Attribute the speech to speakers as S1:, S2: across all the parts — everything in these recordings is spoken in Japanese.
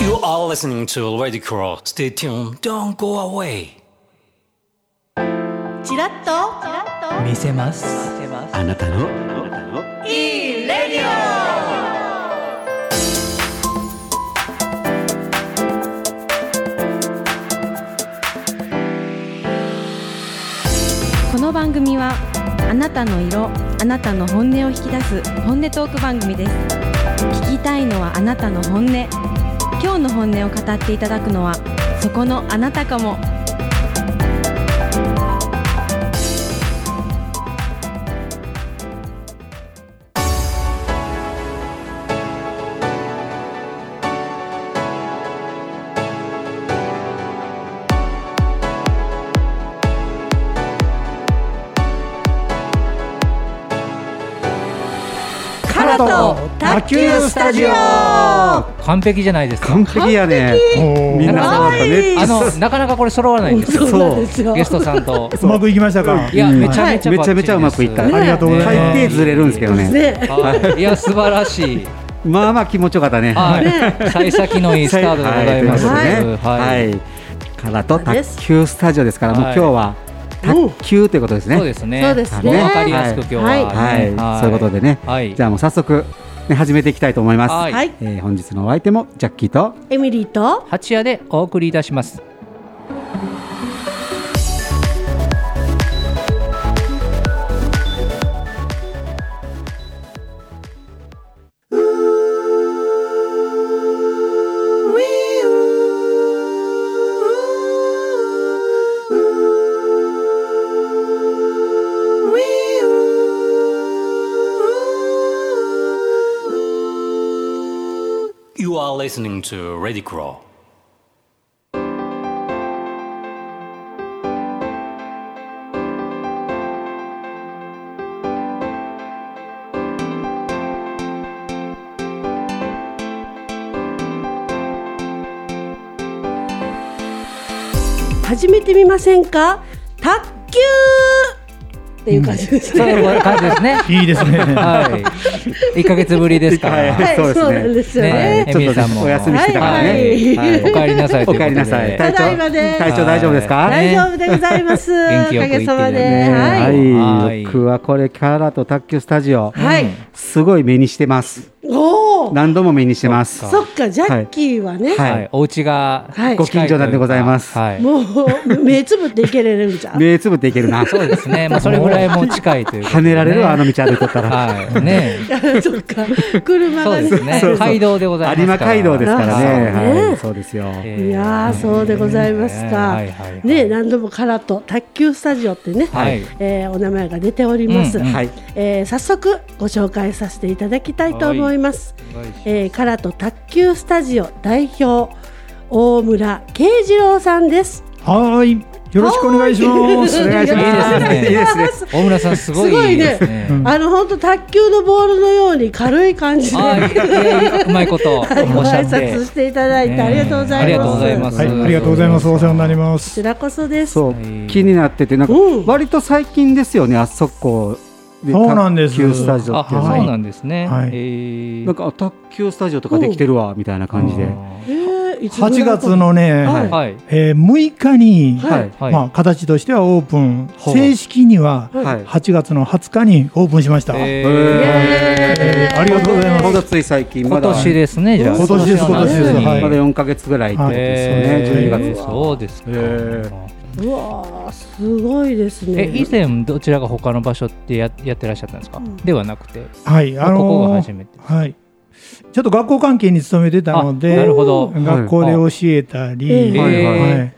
S1: You are listening to Lady Crow. Stay tuned. Don't go away.
S2: チラッと
S3: 見せます
S4: あなたのあなたの
S2: いいレディ
S5: この番組はあなたの色あなたの本音を引き出す本音トーク番組です聞きたいのはあなたの本音今日の本音を語っていただくのはそこのあなたかも
S2: カラと卓球スタジオ
S3: 完璧じゃないですか
S4: 完璧やねみんなそうだったね
S3: あのなかなかこれ揃わないんですよ
S4: そう
S3: ゲストさんと
S6: うまくいきましたか。
S3: いや
S4: うん
S3: めちゃめちゃ
S4: めちゃめちゃうまくいった
S6: ありがとうございます。
S4: 大抵ずれるんですけどね
S2: ね
S3: はいいや素晴らしい
S4: まあまあ気持ちよかったね
S3: はい幸先のいいスタートでございます
S4: はいということでね
S3: は
S4: はいいからと卓球スタジオですからもう
S3: は
S4: 今
S3: い
S4: 日は卓球ということですね
S3: そうですね
S2: そうです
S4: ね
S3: わかりやすく今日はね
S4: はい
S3: は
S4: そういうことでね
S3: はい
S4: じゃあもう早速ね始めていきたいと思います
S3: はい
S2: はい
S4: えー本日のお相手もジャッキーと
S2: エミリーと
S3: 八夜でお送りいたします
S1: 「You are listening to Ready Crow」
S2: 始めてみませんか卓球っていう感じです
S3: そう
S2: ね、
S3: いう感じです ね
S6: いいですね。
S3: はい一ヶ月ぶりですから
S4: はい
S2: はい
S4: そうですね
S2: そうなんですよね
S3: ね
S4: ちょ
S3: エミ
S4: っと
S3: さんも
S4: お休みしてたからね
S2: はい
S4: はい
S3: お帰りなさいと
S4: お
S3: いうことで
S4: 帰りなさい。体調
S2: ただいまです
S4: 体調大丈夫ですか？
S3: はい
S2: 大丈夫でございます、
S3: 元
S2: お
S3: 気よ
S2: か
S3: く
S2: げさまで、
S3: ね
S4: ね
S2: は
S4: はいい。
S3: はい
S4: 僕はこれカラと卓球スタジオ、
S2: はい、
S4: すごい目にしてます。
S2: おお
S4: 何度も目にしてます。
S2: そっかジャッキーはね、
S4: はい
S3: はいお家が
S2: はい
S3: 近いというか
S4: ご近所なんでございます
S3: はい
S2: もう目つぶっていけれるんじゃん
S4: 目つぶっていけるな。
S3: そうですね。まあそれぐらいもう近いということで
S4: 跳
S3: ね
S4: ねられるわあの道歩いとったら。
S3: はい。 ね。
S2: そっか車
S3: そ
S2: が
S3: う
S2: ね
S3: ですね
S4: そう。そう
S3: 街道でござい
S4: 有
S3: ます
S4: 馬
S3: から。
S4: 街道ですからね。
S2: あそうね
S4: はい、そうですよ。
S3: えー
S2: いやーそうでございますか。
S3: えーはいはいはい
S2: ね何度もカラと卓球スタジオってね、
S3: はい
S2: えーお名前が出ております。
S3: うんうん
S4: はい
S2: えー早速ご紹介させていただきたいと思います。えーカラと卓球スタジオ代表大村慶次郎さんです。
S6: はい。よろしくお願いします。
S2: は
S4: お
S2: い
S4: 願いします。
S3: いいですね
S4: いいですね。
S3: 大村さんすご
S2: すご
S3: い
S2: いね
S3: ですね。
S2: あの本当卓球のボールのように軽い感じで。
S3: あーいやいやうまいことおっし
S2: ご
S3: ゃ
S2: 挨
S3: って
S2: 拶。していただいて
S3: ね
S2: ありがとうございます。
S3: ありがとうございます
S6: はい、ありがとうございます。お世話になりま
S2: こ
S6: す
S2: ち。らこそです。
S4: そう
S3: はい
S4: 気になっててなんか
S2: うん
S4: 割と最近ですよね。あそこで
S6: そうなんです
S4: 卓球スタジオ
S3: あ、
S4: っていうの
S3: そ
S4: は
S3: うなんですね。
S6: はい
S3: えー
S4: なんかあ卓球スタジオとかできてるわみたいな感じで。
S2: えーいつぐらい
S6: 8月の
S2: は
S6: ね、
S2: い
S3: はい。
S6: えー6日に、
S4: はい
S3: はい
S6: まあ形としてはオープン、
S4: ほう
S6: 正式には
S4: はい。
S6: 8月の20日にオープンしました。
S3: えー
S4: え
S6: ーありがとうございます
S4: まだつい最近ま
S3: 今
S4: だ
S3: 年ですね。じゃあ。
S6: 今年です今年ですはい
S4: まだ4ヶ月ぐらいってことですよね、
S3: えー
S4: 12月は
S3: そうですか。
S4: えー
S2: うわーすごいですね。
S3: え以前どちらが他の場所ってややってらっしゃったんですか、ではなくて、
S6: はい、あ
S3: ここが
S6: の
S3: 初
S6: ー
S3: めて
S6: はい。ちょっと学校関係に勤めてたの
S3: あなる
S6: で、
S3: ほど、
S6: 学校で教えた
S2: え
S6: り、
S2: え
S4: はいはい
S6: はい、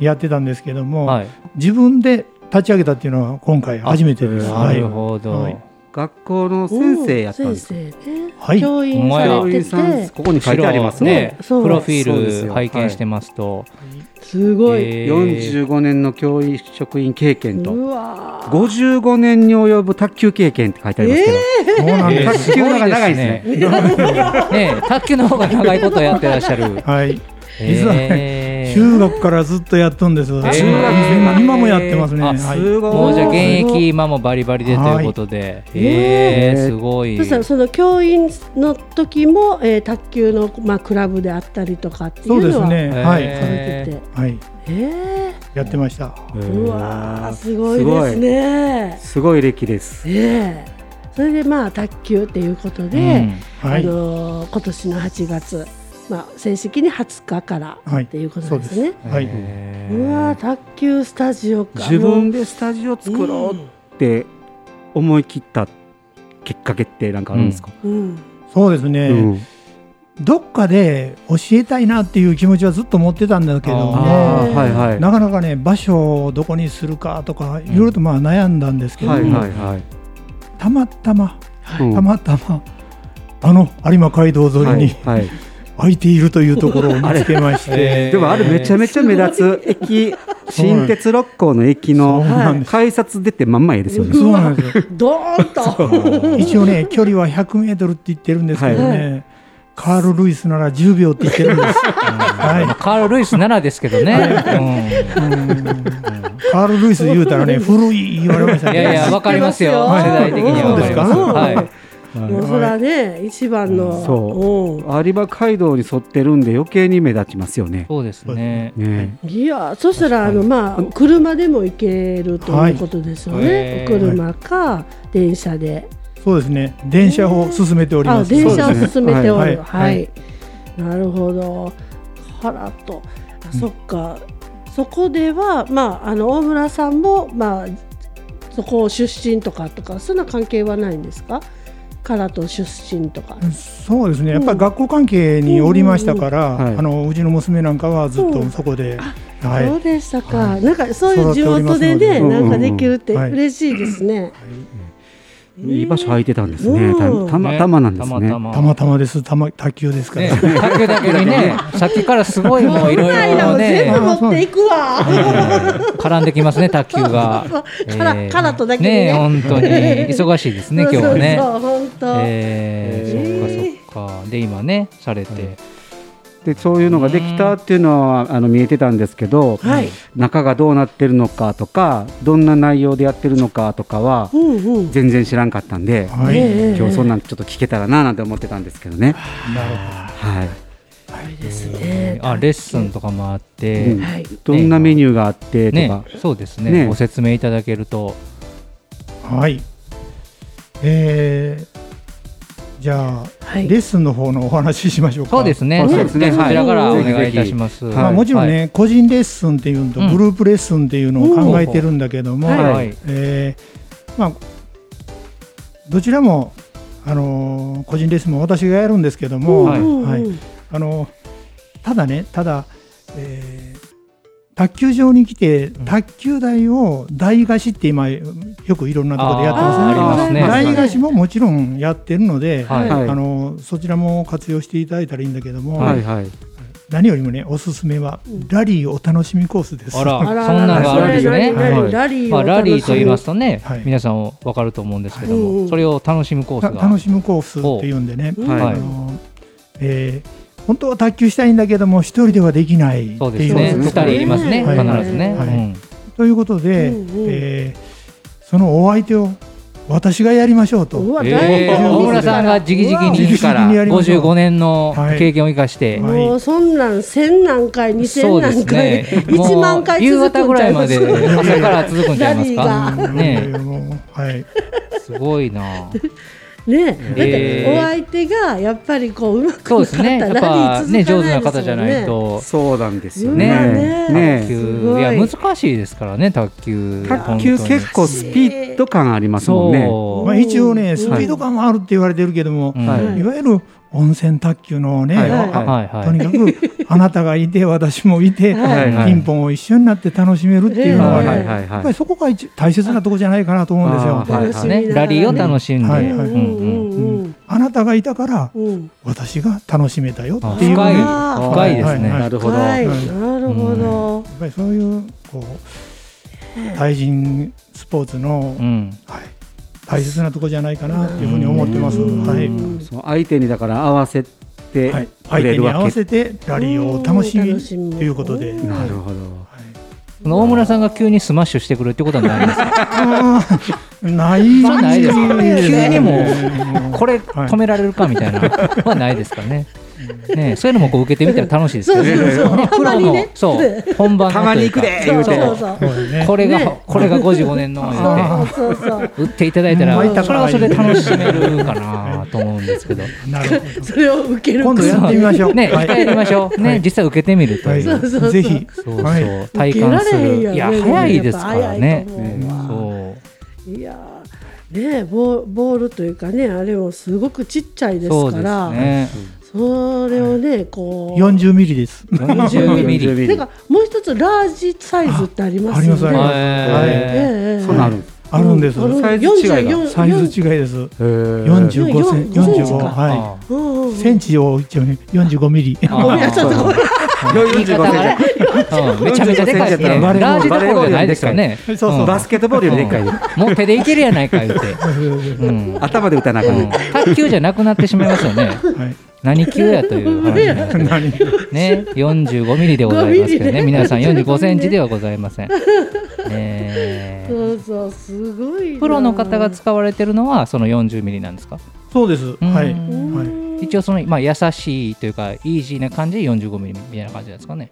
S6: やってたんですけども、
S3: はい、
S6: 自分で立ち上げたっていうのは今回初めてです。
S4: あ
S3: な
S6: はい
S3: る。ほど、
S6: はい
S4: 学校の先生やったんですか
S2: 先生ね、
S6: はい
S2: 教員
S3: ほんまや
S2: さ
S4: 教
S2: れて
S4: 員さん
S2: て
S4: ここに書いてありますね
S3: ね
S2: そう
S3: プロフィ
S4: そうです
S3: ール
S4: よ
S3: 拝見してますと、
S2: すごい、
S3: えー
S4: 45年の教育職員経験と
S2: うわー
S4: 55年に及ぶ卓球経験って書いてありますけど、
S6: そうなん
S3: え
S6: で
S3: ー
S6: す。
S4: 卓球の方が長 いです
S3: ねえ卓球の方が長いことやってらっしゃる、
S6: はい。
S3: えー
S6: 中学からずっとやっとんです。中
S3: 学
S6: 生今もやってますね。
S3: あ
S6: はい。
S3: もうじゃあ現役今もバリバリでということで、
S2: い
S3: へえ
S4: へー
S3: すごい
S2: そしたらその教員の時も、えー卓球の、まあ、クラブであったりとかってい
S6: そう
S2: う
S6: で
S2: の
S6: す
S2: は
S6: ね。
S3: えー
S6: は
S2: さ
S6: い。
S2: れてて、
S6: はい。
S2: え
S6: やってました。
S2: ーうわーすごいですね。
S4: すごい歴です。
S2: ええそれでまあ卓球っていうことで、
S3: うん
S6: は
S2: あ
S6: い。
S2: のー今年の8月、まあ、正式に20日から
S6: はい
S2: っていうことなんですね。
S6: はい。
S3: へ
S2: う
S3: ー
S2: わー卓球スタジオか
S4: 自分でスタジオ作ろうって思い切ったきっかけってなんかあるんですか、
S2: う、うん、
S6: そうです
S4: う
S6: ね。
S4: ん
S6: どっかで教えたいなっていう気持ちはずっと持ってたんだけど
S3: あ
S6: も、
S4: ああはいはい
S6: なかなかね場所をどこにするかとかいろいろとまあ悩んだんですけど、
S4: はいはいはい、
S6: たまたま
S4: うん
S6: たまたまあの有馬街道沿いに、
S4: はいはい
S6: 空いているというところを見つけ まして、
S4: でもあれめちゃめちゃ目立つ駅新鉄六甲の駅の
S6: そうなんです
S4: 改札出てまんまえですよね。
S6: そうなんですよ
S2: ドーンと
S6: 一応ね距離は 100m って言ってるんですけどね、カール・ルイスなら10秒って言ってるんです、 は
S3: カール・ルイスならですけどね、
S6: い、カール・ルイス言うたらね古い言われまし
S3: う
S6: た
S3: ん、い
S6: ね
S3: やいやわかりますよ
S2: はい
S3: 世代的にはわかります
S2: そうですか
S3: はい
S2: もうそれはね一番の、
S4: んそ有馬街道に沿ってるんで余計に目立ちますよね。
S3: そうですね
S4: ね
S2: うんいやそしたらあの、まあ、車でも行けるということですよね、
S3: はいへー
S2: 車か電車で、
S6: そうですね電車を進めており
S2: あ
S6: ます
S2: 電車を進めてお
S6: そう
S2: る、
S6: ですね
S2: は
S6: はいい
S2: なるほどからとあそっか、そこでは、まあ、あの大村さんも、まあ、そこ出身とかとかそんな関係はないんですかからと出身とか、
S6: そうですね、やっぱり学校関係におりましたから、
S4: うんうんうんはい
S6: あのうちの娘なんかはずっ
S2: う
S6: と
S2: ん
S6: そこで、は
S2: そ、
S6: いう
S2: でしたか、なんかそういう地元で
S6: 育
S2: ね
S6: って
S4: おりますの
S2: な
S4: で
S2: んかできるって
S6: うんうんうん
S2: 嬉しいですね。
S4: いい場所空いてたんです
S2: う
S4: ね。
S2: ん
S4: たたまたまなんですね。
S3: たま
S6: た
S3: たま
S6: またまです、たま卓球ですから、
S3: ね、卓球だけ にね、さっきからす ごいもういろいろね、
S2: 持っていくわ。
S3: 絡んできますね、卓球が。
S2: から
S3: えー
S2: からとだけにね
S3: 本当に忙しいですね、今日はね。
S2: そうそうそう本当。
S3: えー、そっかそっか。で今ねされて、
S4: でそういうのができたっていうのはあの見えてたんですけど、
S2: はい
S4: 中がどうなってるのかとかどんな内容でやってるのかとかは
S2: うんうん。
S4: 全然知らんかったんで、
S6: はい、
S2: ええ
S4: 今日そんなんちょっと聞けたらななんて思ってたんですけどね。はい、
S2: です
S3: え
S2: ね。
S3: ーあレッスンとかもあって、
S4: うん
S2: はい。
S4: どんなメニューがあってと
S3: ね
S4: か、
S3: そうですね
S4: ね
S3: ご説明いただけると、
S6: はい、えー、じゃあ、
S2: はい
S6: レッスンの方のお話ししましょうか。
S3: そうですね。
S4: あそうですね
S3: こ
S4: はい
S3: ちらからお願い
S4: ぜ
S3: い
S4: ひぜ
S3: た
S4: ひ
S3: します。
S6: まあ、もちろんね、
S3: はい。
S6: 個人レッスンっていうのと、
S3: うん
S6: グループレッスンっていうのを考えてるんだけども、
S4: はい
S3: はい
S6: えーまあ、どちらも、あのー個人レッスンも私がやるんですけども、
S3: はい
S2: うんうん
S6: はいあのただね、ただ、えー卓球場に来て、卓球台を台貸しって今、よくいろんなところでやって
S3: あー
S6: ま
S3: あ
S6: す
S3: り
S6: ね。
S3: ますね
S2: あり
S6: 台
S2: ま
S6: 貸
S2: す
S6: しももちろんやってるので、
S3: はい
S4: はい
S6: あのそちらも活用していただいたらいいんだけども、
S4: はいはい
S6: 何よりもねおすすめはラリーお楽しみコースです。
S3: あら
S2: あら
S3: そんなのがあるんですよね
S2: ラリー
S4: はい
S2: ラリー
S3: まあラリーと言います
S2: と。
S3: とね
S6: はい、
S3: 皆さんもわかると思うんですけど
S2: うんうん
S3: も、それを楽しむコー
S6: た
S3: スが
S6: 楽。しむコースっていうんでね、
S2: お
S4: は
S6: あ
S4: い
S6: のえー本当は卓球したいんだけども一人ではできないって
S3: そうで
S6: い
S3: す
S6: う
S3: ね。
S4: そ
S3: 二
S4: うです
S3: 人
S4: ね
S3: いますね。
S6: はい
S3: 必ずね。
S6: はい
S3: うん
S6: ということで、
S2: うんうん
S6: えーそのお相手を私がやりましょう
S2: う
S6: と。
S2: わ
S3: え
S6: ー
S3: ー
S2: 大
S3: 大村さんが直々に行くから
S6: 直々にやりましょう
S3: 55年の経験を生かし
S6: は
S3: て、
S6: い
S2: もうそんなん千何回二千
S3: そうで
S2: 何
S3: す
S2: 回
S3: ね
S2: 一万回
S3: もう夕
S2: 続
S3: 方
S2: く
S3: ぐ
S2: んち
S3: ら
S2: ゃ
S3: い
S2: い
S3: ま
S2: ます
S3: で朝から続くんじゃいます
S2: ラリ
S3: かね
S6: もうはい、
S3: すごいな
S2: ね。だってお相手がやっぱりこううまく
S3: そ
S2: なったら
S3: うですねやっ
S2: ラ
S3: ぱ
S2: リー続かないですもんね。
S3: ね上手な方じゃないと
S4: そうなんですよ
S2: ね
S4: ね。
S2: え
S3: 卓
S4: ねえ
S2: す
S3: 球
S2: ごい
S3: いや難しいですからね卓球
S4: 卓球
S3: 本当に
S4: 結構スピード感ありますもんね。
S3: そ
S6: まあ、
S3: う
S6: 一応ねスピード感はあるって言われてるけども、
S3: うん
S4: はい
S2: い
S6: わゆる温泉卓球のね、
S4: はい
S2: はい
S3: はいは
S6: とに
S3: い
S6: かくあなたがいて私もいて、
S4: はいはい
S6: ピンポンを一緒になって楽しめるっていうのはね、
S2: はい
S4: はいはい
S6: やっぱりそこが一大切なとこじゃないかなと思うんですよ。
S4: あ
S6: あ
S4: ーはいはい
S3: ねラリーを楽しんで
S6: はい
S2: うん
S6: は
S2: う
S6: い
S3: うんうん
S2: んうん
S6: なたがいたから
S2: うんうん。
S6: 私が楽しめたよ
S3: あ
S6: っていう、
S3: 深い
S6: や
S2: あー
S3: 深いですね
S6: はい
S4: なるほど。
S2: はい、
S6: はい
S2: なるほど。
S6: っぱりそういうこう対人スポーツの、
S3: うん
S6: はい、大切なとこじゃないかなっていうふうに思ってます。はい、
S4: その相手にだから合わせて
S6: はい、
S4: く
S6: 相
S4: れ
S6: 手
S4: る
S6: に
S4: わ
S6: 合
S4: け、
S6: わせてラリーを楽し
S2: うん
S6: み
S2: 楽しむ
S6: ということで、
S2: うん
S4: な
S6: はい
S4: るほど、
S3: その大村さんが急にスマッシュしてくるってことはないんですか
S6: あーない
S3: そんなないですか 急にも
S6: うん
S3: これ止められるかみたいなはないですかね。ねそういうのもこう受けてみたら楽しいですよね。
S2: そうそうそう
S3: ね
S2: た
S3: プ
S2: ま
S3: ロ
S2: に
S3: の
S2: ね
S3: そう本番の
S4: たまに行くで
S3: というか
S2: そう
S3: そ
S2: そう
S3: う
S2: そう
S6: そうですね
S3: これが
S2: ね
S3: これが55年のね
S2: そうそうそう
S3: 打っていただいた
S6: 参った
S3: ら
S6: な
S3: それはそれで楽しめるかなと思うんですけど。
S6: なるほど
S2: それを受ける
S6: 今度やってみましょう
S3: ね、一
S6: はい
S3: 回やりましょう。
S6: は
S3: ね
S6: い、
S3: 実際受けてみると。
S6: はいいう
S3: そう
S2: そうそう
S6: ぜひ
S3: そう
S6: はい
S3: 体感す
S2: 受けられへんよ
S3: る。いや、
S2: ね
S3: 早いですからね
S2: やっぱ。早いと思うわ
S3: そ
S2: いやーねボーボールというかねあれもすごくちっちゃいです
S3: う。そう
S2: か
S3: です
S2: らそ,、
S3: ね。
S2: れをねこう
S6: 40ミリです
S3: 40ミリ。
S4: 40ミ
S2: て
S4: リ
S2: かもう一つラージサイズってありますよね
S6: あありますあります
S3: はい
S2: ええ
S4: そうなるんです
S6: あるんです
S2: ある
S4: サイズ違いが
S2: 44
S6: サイズ違いです
S4: へー
S6: 45セン
S2: 45センチ
S6: 45
S2: か
S6: は
S2: うんうんうん
S6: いセンチを一応ね45ミリ
S3: あー
S2: ごめんなさいちょっとごめん
S3: 言い方がねうんめちゃめちゃでかい。
S4: 45センチやったらバレーボール
S3: ラージどころじゃないですよね。
S6: そうそ
S3: ん
S6: う
S4: バスケットボールよりでかい、
S3: うんもう手でいけるやないか言うて。うん。
S4: 頭で打たなあかん、
S3: うん卓球じゃなくなってしまいますよ ね。
S6: はい
S3: 何級やという話なんですけど
S6: 何
S3: ね、45ミリでございますけ
S2: 5ミ
S3: ど
S2: リ
S3: ね、
S2: ね
S3: 皆さん45センチではございません。えー
S2: そうそうすごいな
S3: プロの方が使われてるのはその40ミリなんですか。
S6: そうですはい
S2: う
S6: う
S2: んん
S6: はい
S3: 一応そのまあ優しいというかイージーな感じで45ミリみたいな感じなんですかね。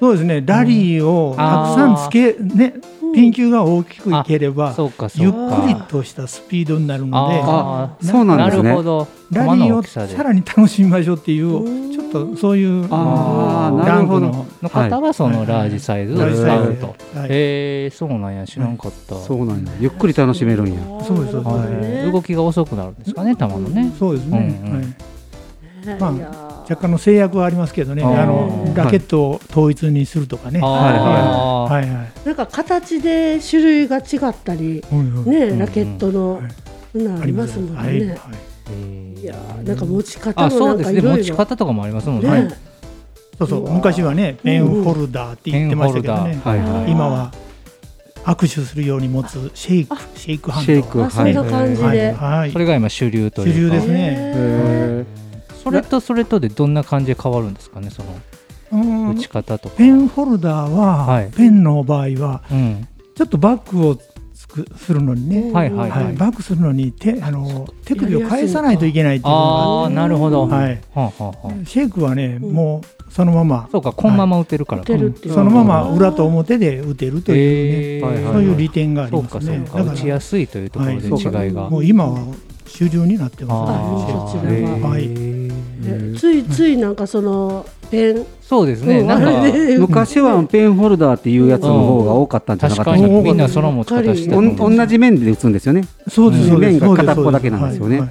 S6: そうですねラリーをたくさんつけねピン球が大きくいければ
S3: そうかそ
S6: ゆっ
S3: う
S6: くり
S3: か。
S6: としたスピードになるので
S3: あー
S4: そうなんですね
S3: なるほど。
S6: ラリー
S3: 球の大
S6: を
S3: き
S6: さ
S3: さで。
S6: らに楽しみましょうっていう
S2: うん
S6: ちょっとそういう
S4: あー
S6: ランク
S4: なる
S6: の
S4: ほ
S3: の方はそのラージサイズを使うと。
S6: はい
S3: えー、そうなんや知らんかった。
S4: そうなんやゆっくり楽しめるんや
S6: そうですそ
S2: なる
S6: うです
S2: ほど
S3: はい
S2: ね
S3: 動きが遅くなるんですかね、球のね。
S6: そうですね、
S3: うんうん
S6: はい
S2: ね
S6: まあ
S2: いやー
S6: 若干の制約はありますけどね
S3: あー
S6: あのラケットを統一にするとかね、は
S3: あー
S6: いはい
S2: なんか形で種類が違ったり
S6: うん
S2: ね
S3: うん
S2: ラケットの
S6: はい
S2: そんな
S6: うん
S2: んありますもん
S6: はいは
S2: ね
S6: い
S3: えー
S2: いやーなんか持ち方
S3: あ、
S2: も
S3: そ
S2: な
S3: うんで
S2: か
S3: す
S2: い
S3: ね。
S2: ろ
S3: 持
S2: い
S3: ち
S2: ろ
S3: 方とかもありますもんね。
S2: ね
S6: そうそうう
S2: わー
S6: 昔はねペンホルダーって言ってましたけど
S3: ペン
S6: ね、
S3: ホ
S4: はい
S2: ルダー
S6: 今は握手するように持つシェイクシェイクハンド
S4: シェイク
S2: あそんな感じ
S6: はい
S2: で
S6: はい
S3: それが今主流というか。
S6: 主流ですね
S4: へ
S2: ね
S4: ー
S3: それとそれとでどんな感じで変わるんですかね、その
S6: うん
S3: 打ち方とか。
S6: ペンホルダーは、
S3: はい
S6: ペンの場合は
S3: うん。
S6: ちょっとバックをつくするのにね、
S3: はいはい
S6: はい
S3: はい。
S6: バックするのに手あの手首を返さないといけないっていうのが
S3: ああ、なるほど。は
S6: はいい。
S3: はあはあはあ
S6: シェイクはね、
S2: うん
S6: もうそのまま、
S3: そうか、このまま打てるから
S2: 打
S3: か。
S2: てるっ
S3: え
S2: ていう
S6: そのまま裏と表で打てるというね、
S3: え
S4: はいは
S6: そういう
S3: ー。
S6: 利点があり
S3: そう
S6: ま
S3: か
S6: す
S3: そう
S6: ね。
S3: か。打ちやすいというところで違いが
S6: も。う今は主流になってますね。
S3: あ
S2: そち
S3: あ
S2: らは
S6: はい
S2: でついついなんかそのペン
S3: そうですね。
S2: うん
S3: なん
S2: あれ
S3: か。
S2: ね
S4: 昔はペンホルダーっていうやつの方が多かったんじゃなか
S3: 確
S4: った
S3: か
S4: で
S3: に
S4: すか
S3: みんなその持ち方して
S2: う
S3: る
S2: ん
S3: も
S4: お
S3: ん
S4: ん同じ面で打つんですよね
S6: そうですそうです。
S4: 面が
S6: そうです
S4: 片っぽだけなんですよね
S6: はい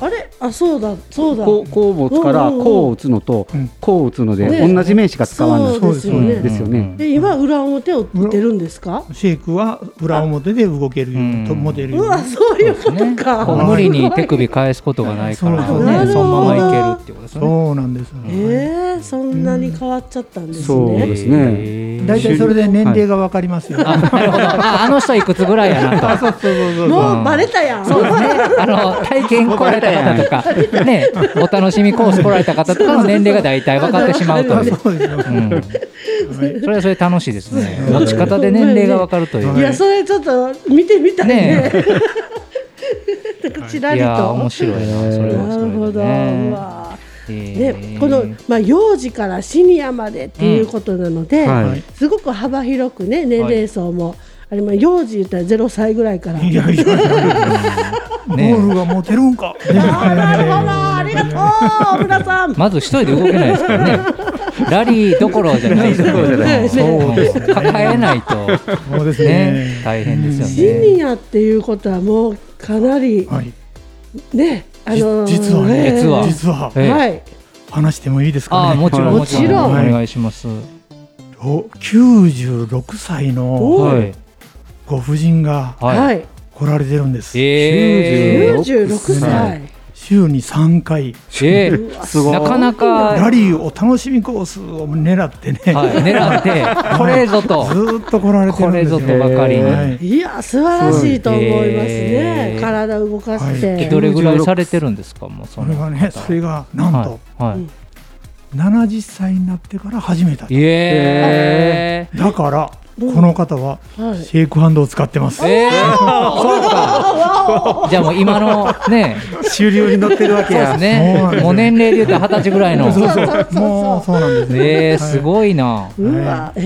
S2: あれあそうだそうだ
S4: こうこう持つから
S2: うんうんうん
S4: こう打つのと
S6: うん
S4: こう打つので
S2: ね
S4: 同じ面しか使わない
S2: そうですよ
S6: そう
S2: ね
S4: ですよね
S2: で今裏表を打ってるんですか
S6: シェイクは裏表で動けるよう
S3: うん
S6: にとモデル
S2: う
S6: よう
S2: わ
S6: に
S2: そういうこ
S3: そうで
S2: と
S3: すね
S2: か
S3: こう無理に手首返すことがないから、
S6: そう
S2: そう
S3: ね、そのままいけるっていうことですね。
S6: そうなんです。
S2: えー、そんなに変わっちゃったんです
S4: そう
S2: ね。
S4: ですね
S3: えー
S6: 大体それで年齢がわかりますよ。
S3: あなるほど ああの人いくつぐらいや なと。
S6: そうそうそうそう。
S2: もうバレたやん。
S3: そうですね。あの、体験来られた方とか、ね、お楽しみコース来られた方とかの年齢が大体分かってしまうという。
S6: そうですよ。
S3: うん、それはそれ楽しいですね。持ち方で年齢が分かるという。
S2: いやそれちょっと見てみたいね。 なんかちら
S3: い
S2: り
S3: や
S2: と。
S3: 面白いな、それは
S2: な
S3: そ
S2: る
S3: れ
S2: ほど。
S3: で
S2: う
S3: ね。
S2: わ
S3: え
S2: ね
S3: ー
S2: このまあ幼児からシニアまでっていうことなので、
S4: はい
S6: はい
S2: すごく幅広くね年齢層も、あれまあ幼児言ったらゼロ歳ぐらい から。
S6: いやいやいや。ボ
S3: ね
S6: ールが持てるんか。
S2: あーなるほどありがとう小村さん。
S3: まず一人で動けないですからね。ラリーどころじゃないです
S4: ラリーどころじゃない
S3: ね。そう抱えないと
S6: そうです
S3: ね
S6: ね。
S3: 大変です
S2: シ
S3: よね。
S2: ニアっていうことはもうかなり、
S6: はい。
S2: ねあ
S6: じ
S2: のー
S6: 実は
S2: え
S6: ね
S2: え
S3: 実は
S6: 実は
S3: ええ
S2: はい。
S6: 話してもいいです
S3: あ
S6: か
S3: あ
S6: ね。
S3: もちろんも
S2: も
S3: ち
S2: ち
S3: ろ
S2: ろん
S3: んお
S6: はい
S3: 願いします。
S6: お96歳の
S2: お
S3: はい
S6: ご婦人が
S2: はい。
S3: はい。
S2: い、
S6: 来られてるんです。
S3: ええ
S2: 96歳。
S6: ね週に3回
S3: え
S4: うわすごい
S3: なかな
S6: ラ
S3: か、
S6: リーを楽しみコースを狙ってね、
S3: はい、狙って、これぞと
S6: ず。ーっと来られてるんですよ
S3: これぞとばかりに
S6: はい
S2: いや素晴らしいと思います
S3: え
S2: ね、
S3: ー
S2: 体動かし
S6: は
S3: え
S2: て、
S3: どれぐらいされてるんですか、もうそ
S6: それ
S3: の
S6: が
S3: 方。
S6: ねそれがなんと
S3: はい。はい
S2: うん
S6: 70歳になってから始めたと
S3: え
S6: だからこの方は
S2: はい
S6: シェイクハンドを使ってます
S3: ー、えー、そうか。じゃあもう今のね、
S4: 主流に乗ってるわ
S3: そうで
S4: けや
S3: す。ね。もう年齢で言うと二十歳ぐらいの。
S6: そうそうもうそうなんですね
S3: えー、すごいな。
S2: うわ、え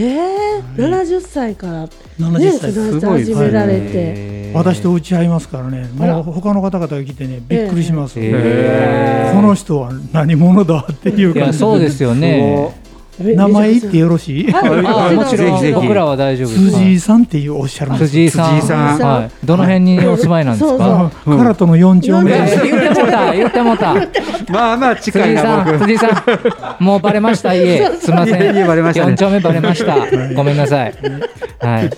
S2: ー、70歳から、ね、
S6: 70
S2: フ
S6: 歳
S4: す
S2: ラ
S4: ごい
S2: ン
S4: で
S2: ス始
S4: すね
S2: められて、
S3: えー
S6: 私と打ち合いますからね
S2: あ
S6: もう
S2: ら
S6: 他の方々が来てねびっくりします、
S3: えー
S6: この人は何者だっていう
S3: い
S6: 感
S3: や
S6: じ
S3: そうですよね。
S2: え
S6: 名前言ってよろしい
S2: はい
S3: あもちろ
S4: ぜひぜ
S3: ん
S4: ひ
S3: 僕らは大丈夫です。
S6: 辻井さんっていうおっしゃるんです
S3: 辻井さん。
S4: 辻井さ
S2: ん
S3: はい。どの辺にお住まいなんです
S2: そうそう
S3: か。
S6: あ唐戸の4丁目
S3: いや
S6: で
S3: い
S6: す
S3: や言ってもうた言ってもうた。
S4: まあまあ近
S3: 辻
S4: い
S3: 井さ
S4: な、
S3: ん
S4: 僕。
S3: 辻井さんもうバレました家。すみませ
S4: いえいえ
S3: ん。
S4: バレましたね
S3: 四丁目バレました。ごめんなさい。はい。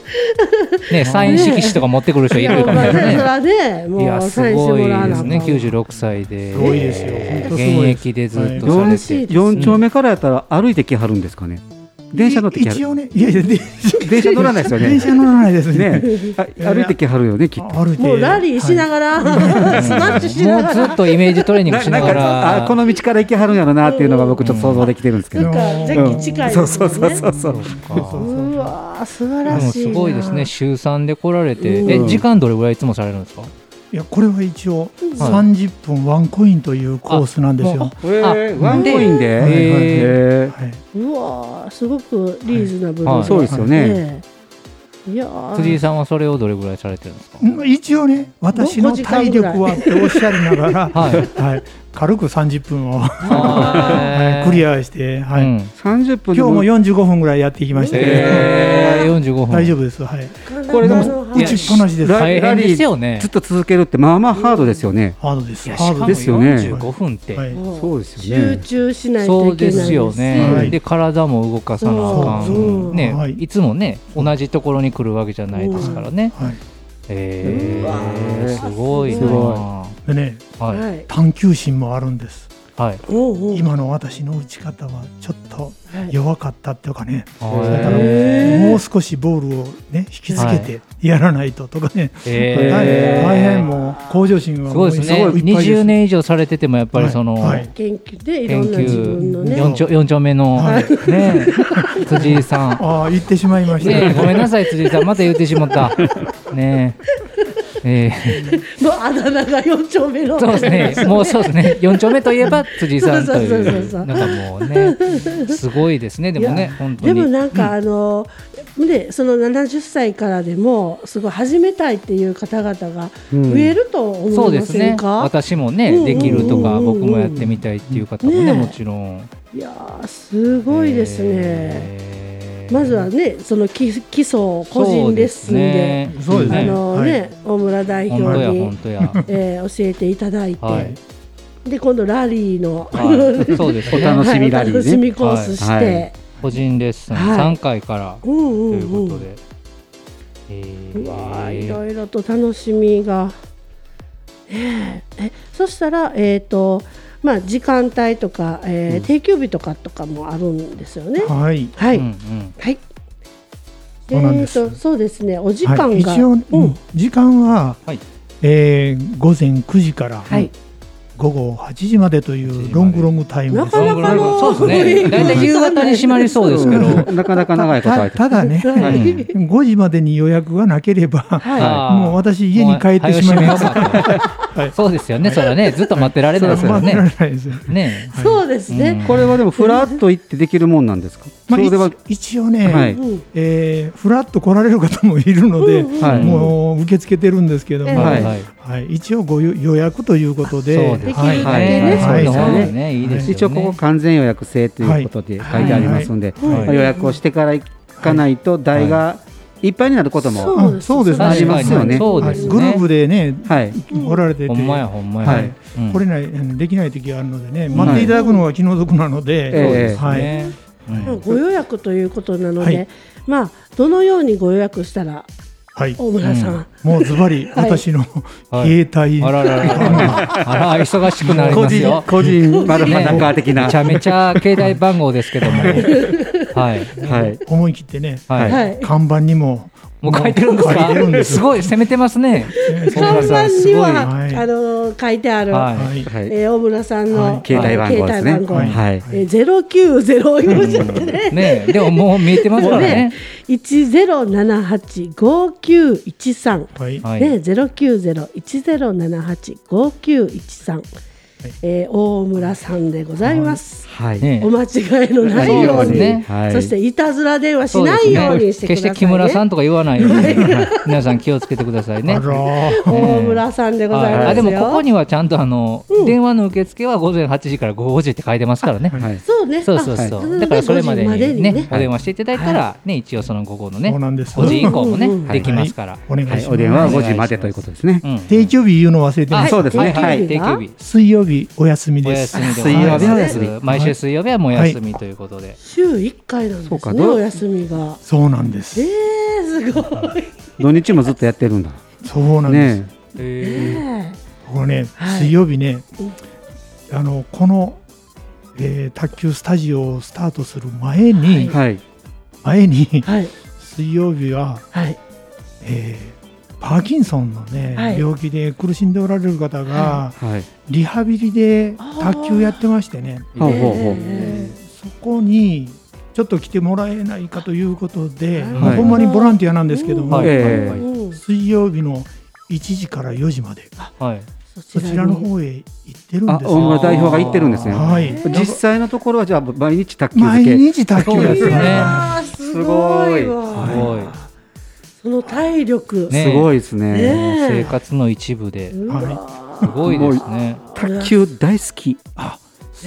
S3: ねサイン色紙とか持ってくる人い
S2: いや
S3: る
S2: もう
S3: か
S2: ま
S3: ら
S2: あそれ
S3: ね。
S2: はね、も
S3: いや
S2: う
S3: す
S2: サインして
S3: ご
S2: も
S3: い
S2: らわ
S3: で
S2: なあ
S3: す
S2: かん
S3: ね。96歳で。
S6: すごいですよ本当すごいで
S3: 現
S6: す
S3: 役でずっとされ
S4: 四
S3: て。
S4: 四丁目からやったら歩いてきはるんですかね。電車乗ってきは
S6: 一応
S4: る。
S6: ねいやいや電
S4: 電車乗らないですよね。
S6: 電車 乗らないですね
S4: ね、あ歩いてきはるよね、きっと。
S6: 歩いて
S2: もうラリーしながら、 スナッチしな
S3: も
S2: が
S3: う
S2: ら、
S3: ずっとイメージトレーニング
S4: な
S3: し
S4: な
S3: なんが
S4: か、
S3: ら
S4: あ、この道から行きはるんやろなっていうのが、僕ちょっと想像できてるんですけ
S2: な
S4: ど
S2: ん。かジャッキ近いです
S4: そ
S2: もん
S4: う
S2: ね。
S4: そうそう そうそう。
S2: うわー素晴
S3: で
S2: ら
S3: も
S2: しい
S3: す
S2: な
S3: ごいですね週3で来られて、
S2: うん
S3: え時間どれぐらいいつもされるんですか
S6: いやこれは一応30分ワンコインというコースなんですよ、
S3: あもう
S4: えーワンコインで。
S6: はいはいはい
S4: えー
S6: はいう
S2: わーすごくリーズナブルで、
S3: はい
S4: そうですよね。
S2: ねえいやー
S3: 辻井さんはそれをどれぐらいされてるんですか、
S6: うん一応ね私
S2: ご
S6: の
S2: ご時間
S6: 体
S2: ぐらい
S6: 力はっておっしゃりながら、
S3: はい
S6: はい、軽く30分を、
S3: は
S6: クリ
S3: ア、
S6: アして、はい
S3: うん
S4: 三十分。
S6: 今日も。45分ぐらいやってきましたけど、
S3: えー、45分
S6: 大丈夫です、はい、
S4: これでも
S2: 体の
S6: 打
S2: 話
S6: ちっぱなしです
S4: ラ
S3: 大変ですよね
S4: ずっと続けるって、まあまあハードですよね。
S6: ハードです
S3: いやし
S6: ハ
S3: か
S6: ード
S3: も
S4: ですよね
S3: 45分って、
S6: はい
S2: もう
S4: そうですよ
S2: 集
S4: ね。
S2: 中しないと
S3: そ
S2: いうけ
S3: で
S2: ない
S3: すよね、
S6: はい
S3: で体も動かさなあかん
S6: そう
S2: そう
S3: ね、
S6: はい
S3: い、つもね同じところに来るわけじゃないですからね、
S6: はい、
S3: えー、すごいな
S4: すご
S6: でね
S3: はい、
S2: は
S3: はい
S2: い
S6: 探求心もあるんです
S3: はい
S2: おうおう
S6: 今の私の打ち方はちょっと弱かったっていうかね、
S3: はい
S6: それから
S2: へー
S6: もう少しボールを、ね、引きつけてやらないととかね、
S3: えー
S6: 大変大変もう向上心はも
S3: すご
S6: う
S3: いですね
S6: いっぱいです
S3: 20年以上されててもやっぱりその、
S6: はいはい
S2: 研究でいろ
S3: 研
S2: んな自分の
S3: 究
S2: ね
S3: 四丁四丁目の、
S6: はい
S3: ねえ辻井 さん
S6: ああ言ってしまいました、
S3: ねえごめんなさい辻井さんまた言ってしまったねええ
S2: のあだ名が四丁目の
S3: ー、そうです ねもうそうですね四丁目といえば辻井さんとい
S2: そうそうそう
S3: う
S2: そう
S3: なんかもうねすごいですねでも
S2: い
S3: ね
S2: や
S3: 本当
S2: で
S3: に
S2: もなんかあの、ねその70歳からでもすごい始めたいっていう方々が増えると
S3: そ
S2: 思
S3: う
S2: い
S3: で
S2: ますせ
S3: ね
S2: んか、
S3: 私も
S2: うんうん
S3: ね
S2: うん
S3: できるとか僕もやってみたいっていう方も
S2: ね
S3: ね
S2: え
S3: もちろん
S2: いやーすごいですね、
S3: えー
S2: まずはねその基基礎を個人レッスンで
S6: そうです
S2: あ
S6: ね
S2: の
S6: はい
S2: ね、大村代
S3: 本当
S2: 表
S3: や
S2: に
S3: 本、当や
S2: えー教えていただいて、
S3: はい
S2: で今度ラリーの、
S3: はい、そうです
S4: お
S3: ね。
S4: 楽しみラリー
S2: はいお
S4: ね
S2: 楽しみコースして、
S4: はいはい
S3: 個人レッスン
S2: はい
S3: 3回から
S2: う
S3: と
S2: ん
S3: いううんこ
S2: う
S3: と
S2: ん
S3: で、えー
S2: うわーいろいろと楽しみが、ねええそしたら、えーとまあ、時間帯とか、えー定休日とかとかもあるんですよね。
S6: はい
S2: はい、
S3: うんうん
S2: はい
S6: そうなんです
S2: えーとそうですねお時間が、
S6: はい、一応、
S2: うん
S6: 時間は、
S3: はい
S6: えー午前9時から
S2: はい
S6: 午後8時までとい
S3: 8時まで
S6: うロングロングタイム
S2: な
S6: です。
S2: かなかの
S3: そうですね。だいたい夕方に閉まりそうですけど、
S4: うんなかなか長いこと
S6: た
S4: 空いてる
S6: ただね、
S2: は
S3: う
S2: い
S3: ん
S6: 5時までに予約がなければ、
S2: は
S3: あー
S6: もう私家に帰ってしまいます
S3: もう早よ閉めようかと
S6: はい
S3: そうですよね。それはね、ずっと待ってられないですよ
S6: 待ってら
S3: ね。
S6: れないですよ。
S3: ね
S2: い、 そうですね。
S4: これはでも、ふらっと行ってできるもんなんですか。
S6: まあ、
S4: そうでは
S6: 一。一応ね、
S4: はい
S2: うん
S6: えーふらっと来られる方もいるので、
S4: はい
S6: もう受け付けてるんですけども、
S2: ええ
S6: は
S4: はいい一応ご予予約ということで、
S3: そうですね。
S6: はい
S2: だけね
S3: そういうの
S6: はい
S3: 方がね、いいです
S4: 一
S3: よ
S4: 応
S3: ね。
S4: ここ完全予約制ということで書いてありますので、
S2: はい
S4: 予約をしてから行かないと台がいっぱいになることも、
S2: そうです
S6: あそうですね
S4: ありますよね
S3: そう
S6: は
S3: で
S6: い
S3: すね。
S6: グループでね、
S4: はい、
S6: 来られてて、
S3: ほんまやほんまや。
S4: はい
S3: うん
S6: 来れない、うんできない時があるのでね、待っていただくのが気の毒なの
S4: そう
S6: で、
S4: ですね
S6: はい
S3: ねうん
S2: ご予約ということなので、
S6: はい
S2: まあどのようにご予約したら
S6: はい。
S2: 大村さん、
S6: もうズバリ、
S2: はい
S6: 私の
S3: はい
S6: 携帯、
S3: あらららら、あら忙しくなり
S4: 個
S3: ます
S4: 人
S3: よ。
S4: 個 人まだ裸的な、
S3: めちゃめちゃ携帯番号ですけども、はい、
S4: はい、
S6: 思い切ってね、
S3: はい、
S2: はい
S6: 看板にも、
S3: もう書いてるんです
S6: もう書いてるんで
S3: か。
S6: す
S3: すごい攻めてますね。
S2: 看板
S3: す
S2: に
S3: ごい。
S2: は、
S3: は
S6: はい
S2: あの書いてある、
S3: い。
S6: はい。
S4: はい、
S2: えー大村さんの、
S6: はい
S4: 携帯番号ですね
S2: 携帯番号
S4: はい
S2: えー、0904じゃなくてね、
S3: ねえでももう見えてますからね
S2: ね。、一ゼロ七八五九一三。
S6: はい。
S3: はい
S2: ね、ゼロ九ゼロ一ゼロ七八五九一三。えー大村さんでございます。
S4: はい、
S3: ね
S2: お間違いのないよう
S3: そうです
S2: に、
S3: ね
S4: はい
S2: そしていたずら電話し
S3: そうで
S2: な
S3: す
S2: い
S3: ね
S2: ようにしてくだ
S3: 決し
S2: さい、ね
S3: て木村さんとか言わないように、皆さん気をつけてくださいね。
S6: あらー
S2: 大村さんでございますよ。
S3: あでもここにはちゃんとあの、電話の受付は午前8時から午後5時って書いてますからね。
S4: はい、
S2: そうね。
S3: そうそうそ
S2: あ
S3: う、
S2: なの
S3: だからそれまで
S2: 5時
S3: にね
S4: はい
S3: お電話していただいたら、ね一応その午後のね
S6: そうなんです
S3: 5時以降もね、
S2: うん
S3: できますから、
S6: お願いし
S4: は
S6: ま
S4: い、
S6: す。
S4: お電話は5時までということですね。
S3: うん
S6: 定休日言うの忘れてま
S3: あ
S6: す。
S4: そうですねはい
S3: 定休日
S6: 水曜日お休み
S3: お
S6: です
S3: 休。みで
S4: 水曜日のお休み
S3: はい毎週水曜日はもうお休みということで、
S2: 週一回なん
S4: そ
S2: で
S4: う
S2: す
S4: か
S2: ね。
S4: どう
S2: お休みが。
S6: そうなんで
S2: え
S6: す。
S2: ー、すごい。
S4: 土日もずっとやってるんだ。
S6: そうなんです。
S4: ね
S3: え
S2: ね
S6: これね、
S2: はい
S6: 水曜日ね、あのこの、えー卓球スタジオをスタートする前に、
S4: え、はい、
S6: 前に
S2: えはい
S6: 水曜日は、
S2: はい
S6: えーパーキンソンのね、
S2: はい
S6: 病気で苦しんでおられる方が、
S4: はい、
S6: リハビリで卓球やってましてね、
S4: ほうほうほう。
S2: えー
S6: そこにちょっと来てもらえないかということで、
S2: はい
S6: まあほんまにボランティアなんですけども、
S3: はい
S4: ええ
S2: うん
S6: 水曜日の1時から4時まで
S3: はい
S2: そ
S6: そちらの方へ行ってるん
S4: あ、
S6: です
S4: 大
S6: よ。
S4: 村代表が言ってるんですね。
S6: はい、
S4: 実際のところはじゃあ毎日卓球
S6: 毎
S4: 漬け。
S6: 日卓球です
S3: そうです
S6: ね。
S3: ね
S2: あーすごいわ。
S3: すごい、
S2: その体力。
S3: ね
S4: すごいですね。
S2: ねえ
S3: 生活の一部で
S2: うわ
S3: すごいですね
S4: 卓球大好き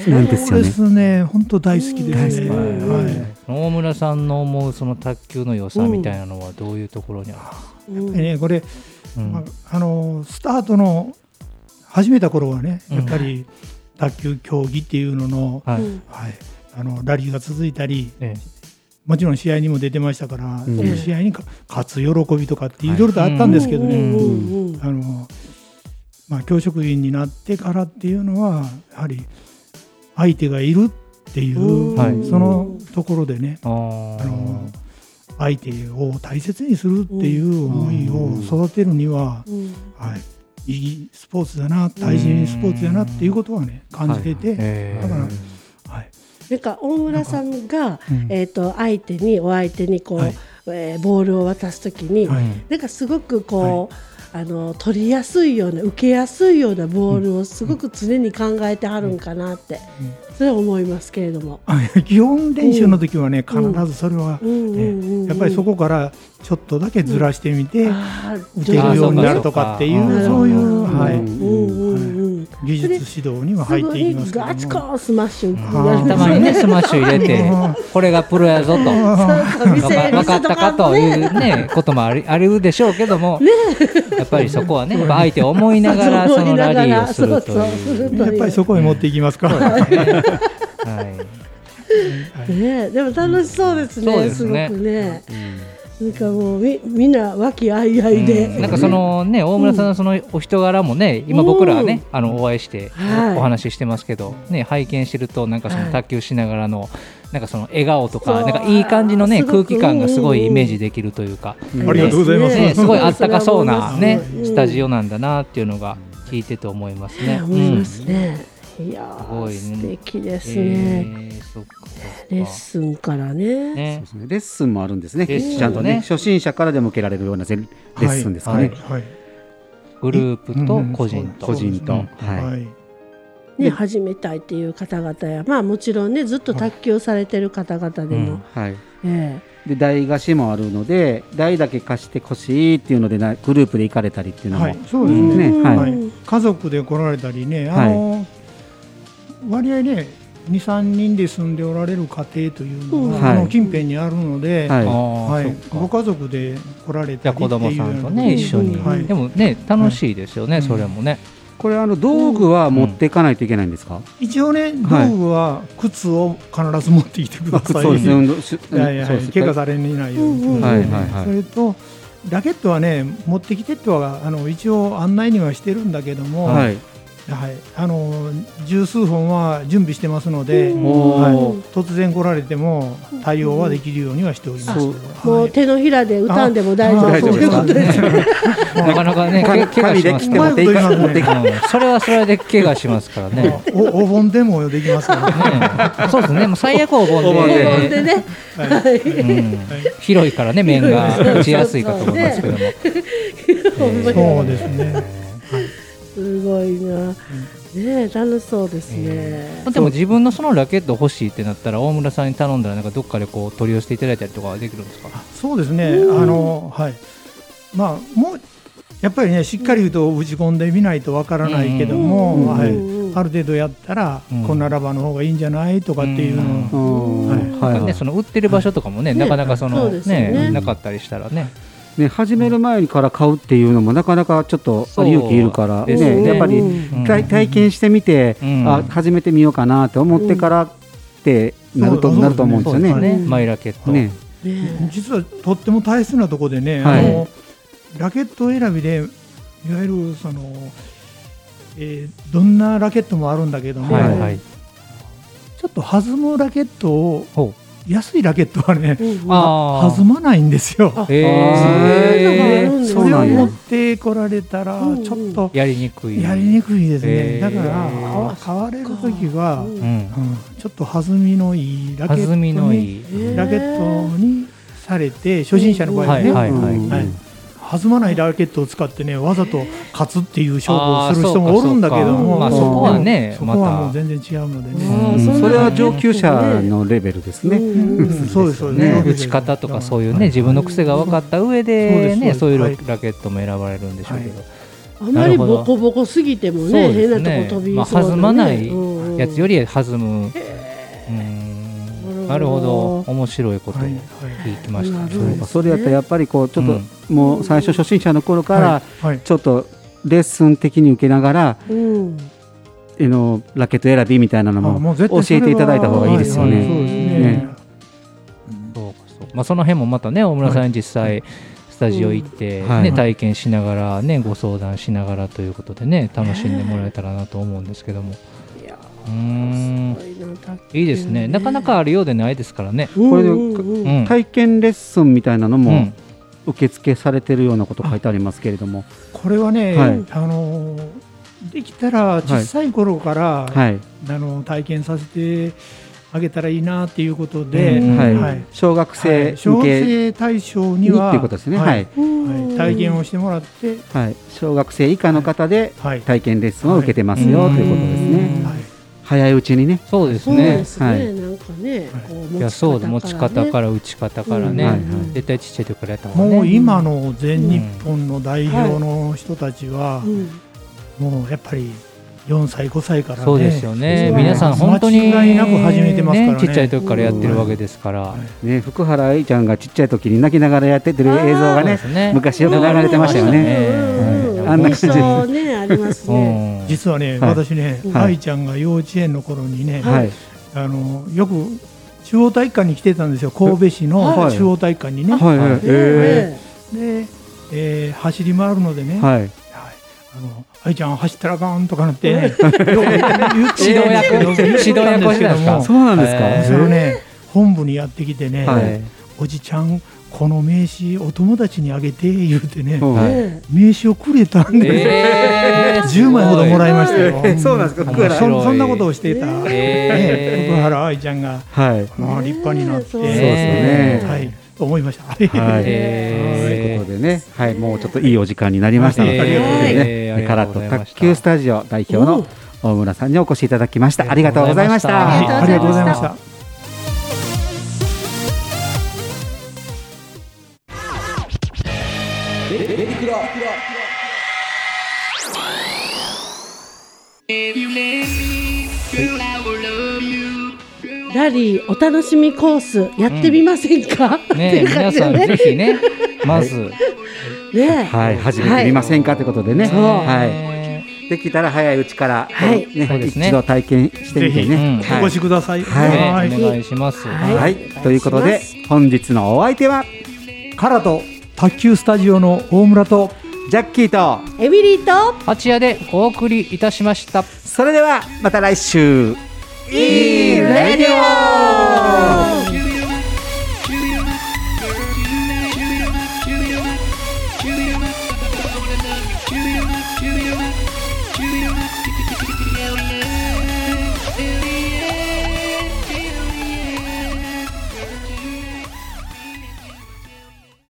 S4: なんです
S6: そう
S4: よ
S6: で
S4: ね。
S6: すね。本当大好きですね。
S2: 大好きうん
S6: は
S3: 大村さんの思うその卓球の良さみたいなのはどういうところにあ
S2: うん
S6: い。ね、これ、
S3: る、うん
S6: まああのスタートの始めた頃はね、
S3: うん
S6: やっぱり卓球競技っていうのの、
S3: はい、
S2: うん
S6: はい、あのラリーが続いたり、
S3: え
S6: もちろん試合にも出てましたから、
S4: うん
S6: その試合にか勝つ喜びとかっていろいろとあったんですけどね。
S3: うん
S2: うんうん
S6: あのまあ、教職員になってからっていうのはやはり相手がいるっていうう、
S2: ん
S3: はい
S6: そのところでね
S3: え
S6: あ
S3: あ
S6: の
S3: ー
S6: 相手を大切にするっていう思いを育てるには、
S2: うん
S6: はい、いいスポーツだな大事にスポーツだなっていうことはね感じてて、
S3: え
S6: だから、
S3: ー
S6: はい
S2: なんか大村さんが
S6: うん
S2: えっと相手にお相手にこう
S6: はい
S2: えーボールを渡すときに
S6: はい
S2: なんかすごくこう。あの取りやすいような受けやすいようなボールをすごく常に考えてはるんかなって、それは思いますけれども、
S6: あ 基本練習の時はね必ずそれは、
S2: うんうんうんうんうん
S6: ねやっぱりそこからちょっとだけずらしてみて、
S2: あー
S6: 打てるようになるとかってい
S3: あ
S6: うそ
S3: そ
S6: う
S3: か
S6: うい
S2: なるほど
S6: う、はい
S2: うんうんうん
S6: 技術指導には
S2: す
S6: 入っ
S2: ご
S6: ていき
S2: い
S6: ますけども
S2: ガチコーンスマッシュ
S6: はい
S3: たまにねスマッシュ入れてこれがプロやぞと
S2: そうそう見せ
S3: 分
S2: 見
S3: か
S2: せ
S3: っ
S2: と
S3: た
S2: か
S3: か
S2: ん
S3: と
S2: と
S3: い
S2: ね
S3: うねこともありあるでしょうけども、やっぱりそこはねやっぱ相手を思いながら
S2: そう
S3: そのラリーをすると
S2: そうそうする
S3: い
S2: と
S3: う。
S2: いう
S6: やっぱりそこへ持っていきますから、
S3: はい
S2: ねでも楽しそうです
S3: そう
S2: ね
S3: ですす
S2: ごく
S3: ね
S2: ねなんかもうみみんな和気あいあいで
S3: なんかそのね大村さんのそのお人柄もね今僕らはねあのお会いして
S2: はい
S3: お話ししてますけどね拝見してるとなんかその卓球しながらのなんかその笑顔
S2: そ
S3: とか
S2: う
S3: なんかいい感じのね
S2: すご
S3: 空
S2: く
S3: 気感がすごいイメージできるというか
S6: ありがとうございます
S3: ねすごいあったかそうなね
S2: うん
S3: スタジオなんだなっていうのが聞いてて思います
S2: ね
S3: ね。う
S2: 思いま
S3: ん
S2: すねいや
S3: すごい
S2: ー
S3: ね
S2: 素敵ですね
S3: えーそっか
S2: レッ
S3: そ
S2: スンから
S3: っか
S2: ね
S3: ね
S4: レッスンもあるんですね。
S3: レッスンね
S4: ちゃんとね初心者からでも受けられるようなレッスンですかね。
S6: はい
S3: グループと個人と
S4: 個人と、
S3: う
S4: は
S3: ん
S4: い、
S6: はい
S2: ね始めたいっていう方々やまあもちろんねずっと卓球されてる方々でも
S4: はい。
S2: え
S4: で台貸しもあるので台だけ貸してほしいっていうのでなグループで行かれたりっていうのも、
S6: はいそうですね、
S4: ね、は、
S6: はいい、家族で来られたりねあの、割合ね23人で住んでおられれる家庭というのは、
S4: うん
S6: あ
S4: は
S6: の
S4: い
S6: 近辺にあるので、
S4: は
S6: はいい
S3: ああそっか
S6: ご家族で来られ
S3: じ
S6: た
S3: ゃあ
S6: りってい
S3: 子
S6: うような
S3: 供さんとね一緒に、
S6: はい
S3: でもね楽しいですよね、
S6: うん
S3: それもね、
S4: これあの道具は持っていかないといけないんですか、
S6: 一応ね道
S4: はい
S6: 具は靴を必ず持ってきてください、
S4: そうですね、運動し
S6: いやいや
S4: そ
S6: は
S4: う
S6: い
S4: ですね
S6: 怪我されないように、
S2: うんうん
S4: はいはいはい
S6: それと、えラケットはね持ってきてとはあの一応案内にはしてるんだけども、
S4: は
S6: はい
S4: い。
S6: あの十数本は準備してますので、
S2: うん
S4: お
S6: はい
S4: ー、
S6: 突然来られても対応はできるようにはしております。
S4: そう
S2: も
S6: は
S2: う
S6: い
S2: 手のひらで歌んでも大丈
S6: あ
S2: 夫
S4: 大
S2: と
S4: 丈夫
S2: い
S4: で
S2: う
S4: す
S2: こ
S4: か
S2: とです。
S3: なかなかね、
S4: 紙
S3: け怪我
S4: 紙
S3: し
S4: で
S3: ます
S4: 切っ
S3: か
S4: て
S3: ら
S4: 持
S6: ま
S3: ね
S4: っ
S6: い
S4: ていか持っていか
S3: うんそれはそれで怪我しますからね。
S6: おお盆でもできますか らね。
S3: ね そうですね、もう最悪お
S4: お
S3: 盆
S4: 盆
S3: で。
S2: ほんでね、はい
S3: うん広いからね、面が打ちやすいかと思いますけども。
S2: ほんまに
S6: そうですね。
S2: すごいな。ねえ楽しそうですね。
S3: でも自分のそのラケット欲しいってなったら大村さんに頼んだらなんかどっかでこう取り寄せていただいたりとかはできるんですか
S6: そうですね。あのはい。まあもうやっぱりねしっかり言うと打ち込んでみないとわからないけど
S2: うん
S6: も、はい
S2: うん。
S6: ある程度やったら、
S3: うん
S6: こんなラバーの方がいいんじゃないとかっていうのを、
S3: うん
S4: うん
S3: なん
S4: は
S3: か
S4: いは
S3: ね
S4: い
S3: その売ってる場所とかもね、
S2: ね
S3: なかなかそ
S2: そ
S3: の
S2: うですよ
S3: ね
S2: ね
S3: なかったりしたらね、
S4: ね、始める前から買うっていうのもなかなかちょっと勇気いるから、
S3: そうですね
S4: ね、やっぱり
S3: うん
S4: 体体験してみて、
S3: うん
S4: あ始めてみようかなと思ってからってなると,、
S6: うん
S4: なると思うんです
S3: そう
S4: よ
S3: です
S4: ね。
S3: ね、
S2: うん
S3: マイラケット、
S4: ね
S2: ね
S6: 実はとっても大切なとこでね、
S4: はい
S6: あのラケット選びでいわゆるその、えーどんなラケットもあるんだけども、
S3: はいはい、
S4: は
S6: ちょっと弾むラケットを
S3: ほう
S6: 安いラケットはね
S2: えうん
S3: あ
S6: 弾まないんですよ。
S3: え
S2: そういうのがあるん
S3: ー
S2: ですね
S6: それを持ってこられたら
S2: うん
S6: ちょっと
S3: やりにくい
S6: やりにくいです
S3: えー
S6: ね。だか
S3: あ
S6: ら買われる時は、
S2: う
S6: うんん
S3: うん
S6: ちょっと弾みのいいラケット
S3: 弾みの
S6: に
S3: いい、
S2: え
S6: ラケットにされて初心者の場合は
S3: は
S6: ね、
S3: いはい
S4: うん
S3: はい、
S6: はい弾まないラケットを使ってねわざと勝つっていう勝負をする人
S3: あーそうか
S6: もおるんだけども、
S3: そうかまあ、そこはね
S6: そ
S3: ま
S6: こはもう
S3: た
S6: 全然違うのでね、
S3: うん
S2: あーんな
S4: それは上
S2: ね
S4: 級者のレベルですね。
S2: うんうん
S6: そうですそうです、
S4: ね
S3: 打ち方とかそういうね、
S6: は
S3: 自分の癖が分かった上で
S6: そう
S3: ね
S6: です
S3: そういう
S6: は
S3: ラ
S6: い
S3: ラケットも選ばれるんでしょうけど、
S2: あんまりボコボコすぎても
S3: そう
S2: ね、
S3: で
S2: 変
S3: す
S2: な
S3: ね
S2: とこ飛び
S3: まあ
S2: そうでね
S3: 弾まない
S2: うんうん
S3: やつより弾む、うんな
S2: な
S3: る
S2: る
S3: ほ
S2: ほ
S3: ど
S2: ど
S3: 面白いことを
S6: はい
S3: 聞きました、
S2: なる
S4: そう
S2: ほ
S4: か
S2: ど
S4: それやったらやっぱりこうちょっと、もう最初初心者の頃か
S6: は
S4: ら
S6: いはい
S4: ちょっとレッスン的に受けながら、
S2: うん
S4: あのラケット選びみたいなの
S6: あも
S4: も
S6: う絶
S4: 教
S6: 対それ
S4: え
S6: は
S4: ていただいた方がいいですよ
S6: はは
S4: ね。
S6: そうですね
S4: ね
S3: そうかそうかまあ、その辺もまたね大村さんに実際スタジオ行って、ね
S4: うんはい
S3: 体験しながら、ね、ご相談しながらということでね楽しんでもらえたらなと思うんですけども、
S2: いや
S3: うーん
S2: すごいな卓球
S3: いいですねなかなかあるようでないですからね、
S2: うん
S4: これで
S2: うんうん
S3: うん
S4: 体験レッスンみたいなの
S3: う
S4: も、
S3: ん
S4: 受付されてるようなこと書いてありますけれども、
S6: これはね、
S4: はい
S6: あのーできたら小さい頃から、
S4: はい
S6: あのー体験させてあげたらいいなっていうことで、
S3: うん
S4: はい
S6: はい
S4: 小学生
S6: 小
S4: 向
S6: 学
S4: けに
S6: 生対象
S4: って
S6: に
S4: い
S6: は
S4: うことですね、はい
S6: はい体験をしてもらって、
S4: はい、小学生以下の方で
S6: はい
S4: 体験レッスンを受けてますよ、
S3: はい
S4: ということですね。
S6: はい
S4: 早いうちにね、
S3: そうです
S2: そうで
S3: ね
S2: すね、
S4: はい
S2: なんかね、
S6: はい
S2: こう
S3: いやそうで持ち方からら打ち方からね、
S4: うんはい
S3: 絶対ちっちゃい時からやった方がね
S6: もう今の全日本の代表の人たちは、もうやっぱり4歳、5歳からね、
S3: そうですよね、
S2: そう
S3: 皆さん本当に
S6: 間違いなく始めてますからね
S3: ちっちゃい時からやってるわけですから、
S4: ね福原愛ちゃんがちっちゃい時に泣きながらやっててる映像がね、
S3: そうですね
S4: 昔よく流れてましたよね。
S3: ね
S2: あ
S4: あ
S2: ん
S4: ん
S2: な
S4: な
S2: 感
S4: 感
S2: じ
S4: じ
S2: ね、ありますね。
S3: うん
S6: 実はね、
S4: はい
S6: 私ね、
S4: はい
S6: 愛ちゃんが幼稚園の頃にね、
S4: はい、
S6: あのよく中央体育館に来てたんですよ、神戸市
S4: は
S6: の
S4: い
S6: 中央体育館にね。
S4: はい、はい、え
S2: ね
S6: で、えー走り回るのでね、
S4: ー
S6: はい
S4: はい、
S6: あの愛ちゃん、走ったらあかんとかなってね、よく言って
S3: 指導役
S6: 言って
S3: 指導役をしてたんですか
S4: そうなんです
S3: え
S6: そ
S4: か。
S6: れをね、本部にやってきてね、
S4: はい、
S6: おじちゃん、この名刺、お友達にあげて言うてね、
S4: うん
S2: え
S4: はい
S2: ね
S6: 名刺をくれたんですよ、
S3: えー、
S6: 10枚ほどもらいましたよ。
S4: えそうなんですか
S3: 福原
S6: そんそんなことをしていた、
S3: えー
S6: ね福原愛ちゃんが、
S4: はい、はい、
S6: まあ、立派になっ
S2: ね
S6: て、
S2: そう
S4: ですね
S6: はい、と思いました。はい。
S4: とい
S3: えー
S4: うことでね、はい、もうちょっといいお時間になりましたので、
S3: はい
S4: ね
S3: はい
S4: カラッと卓球スタジオ代表
S2: う
S4: の
S2: ん
S4: 大村さんにお越しいただきました。ありがとうございました。
S2: ありがとうございましたラリーお楽しみコースやってみませんか、って
S3: ね
S2: いう感
S3: 皆
S2: じで
S3: さんぜ
S2: ね
S3: ひねまず、
S2: ね
S4: はい、始めてみませんかということでね、
S2: そう
S4: は
S3: え
S4: い、できたら早いうちから、
S2: はい
S4: ね
S3: そうですね
S4: 一度体験してみて
S6: ぜひ
S4: ね。
S3: うん
S6: お
S4: は
S6: 越しください。
S3: ー
S4: はい
S3: ねお願いします、
S2: はい
S4: い、はい、ということで本日のお相手は
S6: カラと卓球スタジオの大村と
S4: ジャッキーと
S2: エミリーと
S3: 八夜でお送りいたしました。
S4: それではまた来週
S2: いいレディオ